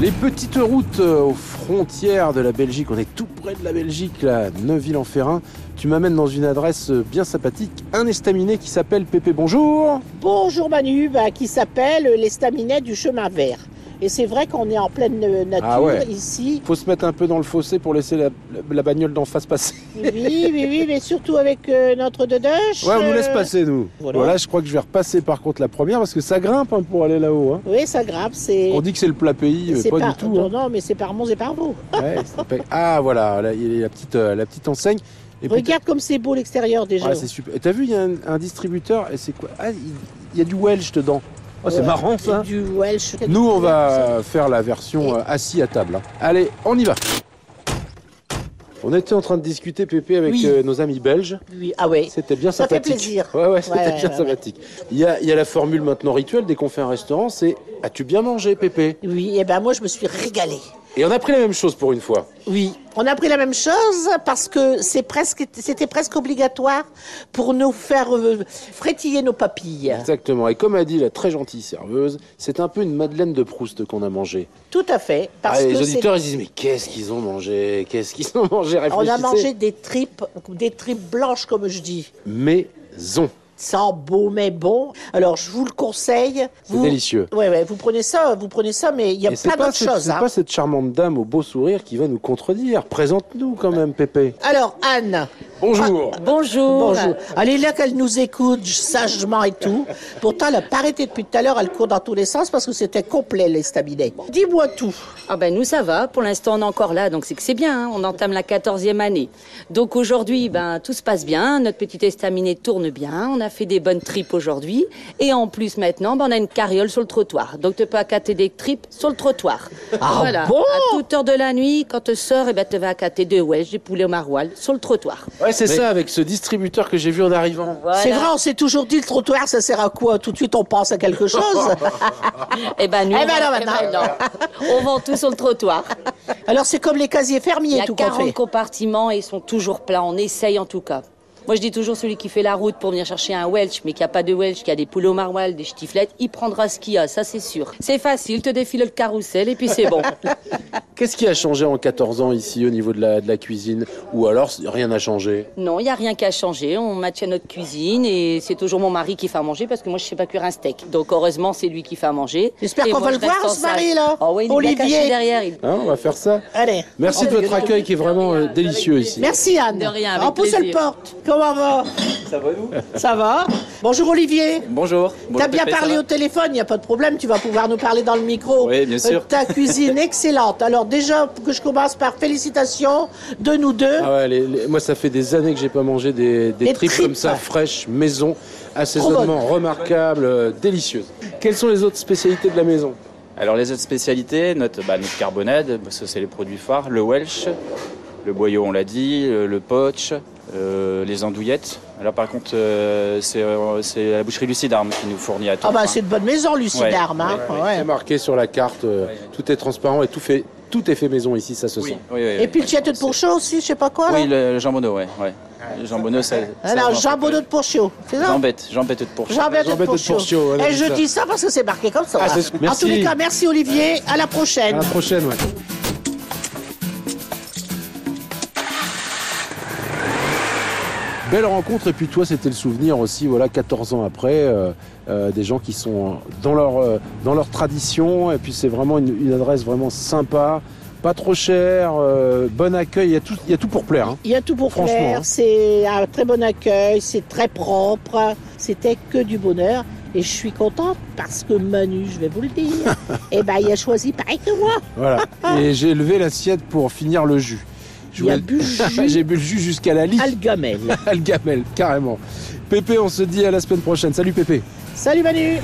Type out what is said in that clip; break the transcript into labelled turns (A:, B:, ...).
A: Les petites routes euh, aux frontières de la Belgique, on est tout près de la Belgique, là, Neuville-en-Ferrin. Tu m'amènes dans une adresse euh, bien sympathique, un estaminet qui s'appelle Pépé Bonjour.
B: Bonjour Manu, bah, qui s'appelle l'estaminet du chemin vert. Et c'est vrai qu'on est en pleine euh, nature
A: Ah ouais.
B: ici.
A: Faut se mettre un peu dans le fossé pour laisser la, la bagnole d'en face passer.
B: Oui, oui, oui, mais surtout avec euh, notre dedoche.
A: Ouais, on nous
B: euh,
A: laisse passer, nous.
B: voilà.
A: Voilà, je crois que je vais repasser par contre la première parce que ça grimpe hein, pour aller là-haut. hein.
B: Oui, ça grimpe, c'est.
A: On dit que c'est le plat pays, mais
B: c'est
A: pas
B: par-
A: du tout. hein.
B: Non, non, mais c'est par Mons et par vous.
A: Ouais, c'est pas- ah voilà, là, il y a la petite, euh, la petite enseigne. Et puis,
B: Regarde comme c'est beau l'extérieur déjà.
A: Ouais, c'est super. Et t'as vu, il y a un, un distributeur et c'est quoi Ah, il il y a du Welsh dedans. Oh, c'est
B: Ouais.
A: marrant ça.
B: Du Welsh.
A: Nous, on va faire la version euh, assis à table. hein. Allez, on y va. On était en train de discuter, Pépé, avec
B: Oui.
A: euh, nos amis belges.
B: Oui, Ah ouais.
A: C'était bien
B: Ça fait
A: sympathique.
B: plaisir.
A: Ouais, ouais, c'était
B: Ouais,
A: bien
B: ouais,
A: sympathique. Il, y a, il y a la formule maintenant rituelle dès qu'on fait un restaurant, c'est « As-tu bien mangé, Pépé
B: Oui, et ben moi je me suis régalée. ?»
A: Et on a pris la même chose pour une fois.
B: Oui, on a pris la même chose parce que c'est presque, c'était presque obligatoire pour nous faire euh, frétiller nos papilles.
A: Exactement. Et comme a dit la très gentille serveuse, c'est un peu une Madeleine de Proust qu'on a mangée.
B: Tout à fait, parce
A: Ah,
B: que
A: les
B: c'est-
A: auditeurs, ils disent, mais qu'est-ce qu'ils ont mangé Qu'est-ce qu'ils ont mangé
B: on
A: Réfléchissez.
B: a mangé des tripes, des tripes blanches comme je dis.
A: Maison.
B: sans beau mais bon. Alors je vous le conseille. Vous...
A: délicieux.
B: Ouais, ouais, vous prenez ça, vous prenez ça, mais il y a
A: Et c'est
B: plein
A: pas,
B: d'autres
A: cette-
B: choses.
A: c'est
B: hein.
A: pas cette charmante dame au beau sourire qui va nous contredire. Présente-nous quand même, Pépé.
B: Alors Anne, Ah,
A: Bonjour.
C: Bonjour.
B: bonjour. Elle est là qu'elle nous écoute sagement et tout. Pourtant, elle a pas arrêté depuis tout à l'heure. Elle court dans tous les sens parce que c'était complet les stabinets. Dis-moi tout.
C: Ah ben nous ça va, pour l'instant on est encore là, donc c'est que c'est bien, hein, on entame la 14e année. Donc aujourd'hui, ben tout se passe bien, notre petit estaminet tourne bien, on a fait des bonnes tripes aujourd'hui, et en plus maintenant, ben, on a une carriole sur le trottoir. Donc tu peux accater des tripes sur le trottoir.
B: Ah
C: voilà,
B: bon
C: à toute heure de la nuit, quand tu sors, et ben, tu vas accater deux wesh, des poulets au maroilles sur le trottoir.
A: Ouais, c'est ça, avec ce distributeur que j'ai vu en arrivant.
B: C'est vrai, on s'est toujours dit le trottoir, ça sert à quoi Tout de suite, on pense à quelque chose.
C: Et ben nous,
B: Eh ben,
C: on-
B: non, maintenant.
C: eh ben, non. on vend tout sur le trottoir.
B: Alors c'est comme les casiers fermiers,
C: Il y a
B: tout qu'on
C: 40
B: fait.
C: compartiments et ils sont toujours pleins. On essaye en tout cas. Moi, je dis toujours celui qui fait la route pour venir chercher un Welsh, mais qui a pas de Welsh, qui a des poules au maroilles, des ch'tiflettes, il prendra ce qu'il y a, ça c'est sûr. C'est facile, te défile le carrousel et puis c'est bon.
A: Qu'est-ce qui a changé en 14 ans ici au niveau de la, de la cuisine Ou alors c- rien n'a changé
C: non, il y a rien qu'à changer. On maintient notre cuisine et c'est toujours mon mari qui fait à manger parce que moi, je sais pas cuire un steak. Donc heureusement, c'est lui qui fait à manger.
B: J'espère
C: Et
B: qu'on
C: moi,
B: va
C: je
B: le voir,
C: reste en
B: ce
C: salle.
B: mari-là.
C: Ah ouais, il est bien caché
B: Olivier.
C: derrière. il-
A: Hein, On va faire ça
B: Allez.
A: Merci de votre accueil qui est vraiment euh, délicieux ici.
B: Merci Anne.
C: De rien, avec
B: On pousse le
C: plaisir.
B: porte. Comment va
D: Ça va vous
B: Ça va Bonjour Olivier.
D: Bonjour.
B: T'as
D: Bonjour,
B: bien
D: Pépé, ça
B: parlé
D: va
B: au téléphone, il n'y a pas de problème, tu vas pouvoir nous parler dans le micro. Euh,
D: Oui, bien sûr.
B: ta cuisine excellente. Alors déjà, pour que je commence par félicitations de nous deux.
A: Ah ouais, les- les- moi, ça fait des années que j'ai pas mangé des, des
B: Des
A: tripes,
B: tripes.
A: comme ça, fraîches, maison, assaisonnement remarquable, euh, délicieuse. Quelles sont les autres spécialités de la maison
D: Alors les autres spécialités, notre, bah, notre carbonade, parce que c'est les produits phares, le welsh, le boyau on l'a dit, le, le poach, euh, les andouillettes. Alors par contre, euh, c'est euh, c'est la boucherie Lucie d'Armes qui nous fournit à tout.
B: Ah bah
D: hein.
B: c'est de bonne maison, Lucie
D: Ouais,
B: d'Armes. hein. Ouais.
A: C'est marqué sur la carte, euh, tout est transparent et tout, fait, tout est fait maison ici, ça se
D: Oui,
A: sent.
D: oui, oui,
B: Et
D: oui.
B: puis le château de Pourchaud aussi, je sais pas quoi. là.
D: Oui, le, le jambonneau, ouais, ouais. Le jambonneau, ça. ça
B: Alors,
D: mange
B: Jean Bonneau de Pourchaud, c'est ça
D: Jambette, jambette de Pourchette.
B: Jean-Baptiste
A: Jean-Baptiste
B: Pourchaud.
A: Pourchaud, ouais,
B: Et je
A: c'est ça.
B: dis ça parce que c'est marqué comme ça.
A: Ah,
B: hein.
A: c'est-
B: en
A: merci.
B: tous les cas, merci Olivier, à la
A: À
B: prochaine.
A: la prochaine, ouais. Belle rencontre et puis toi c'était le souvenir aussi voilà 14 ans après euh, euh, des gens qui sont dans leur euh, dans leur tradition et puis c'est vraiment une, une adresse vraiment sympa pas trop cher euh, bon accueil il y a tout il y a tout pour plaire hein.
B: Il y a tout pour
A: Franchement,
B: faire,
A: hein.
B: c'est un très bon accueil, c'est très propre, c'était que du bonheur. Et je suis contente parce que Manu, je vais vous le dire, eh ben, il a choisi pareil que moi.
A: voilà et j'ai levé l'assiette pour finir le jus Je
B: Il a
A: voulais-
B: bu le jus.
A: j'ai bu le jus jusqu'à la lit
B: Algamel.
A: Algamel carrément Pépé on se dit à la semaine prochaine salut Pépé
B: Salut Manu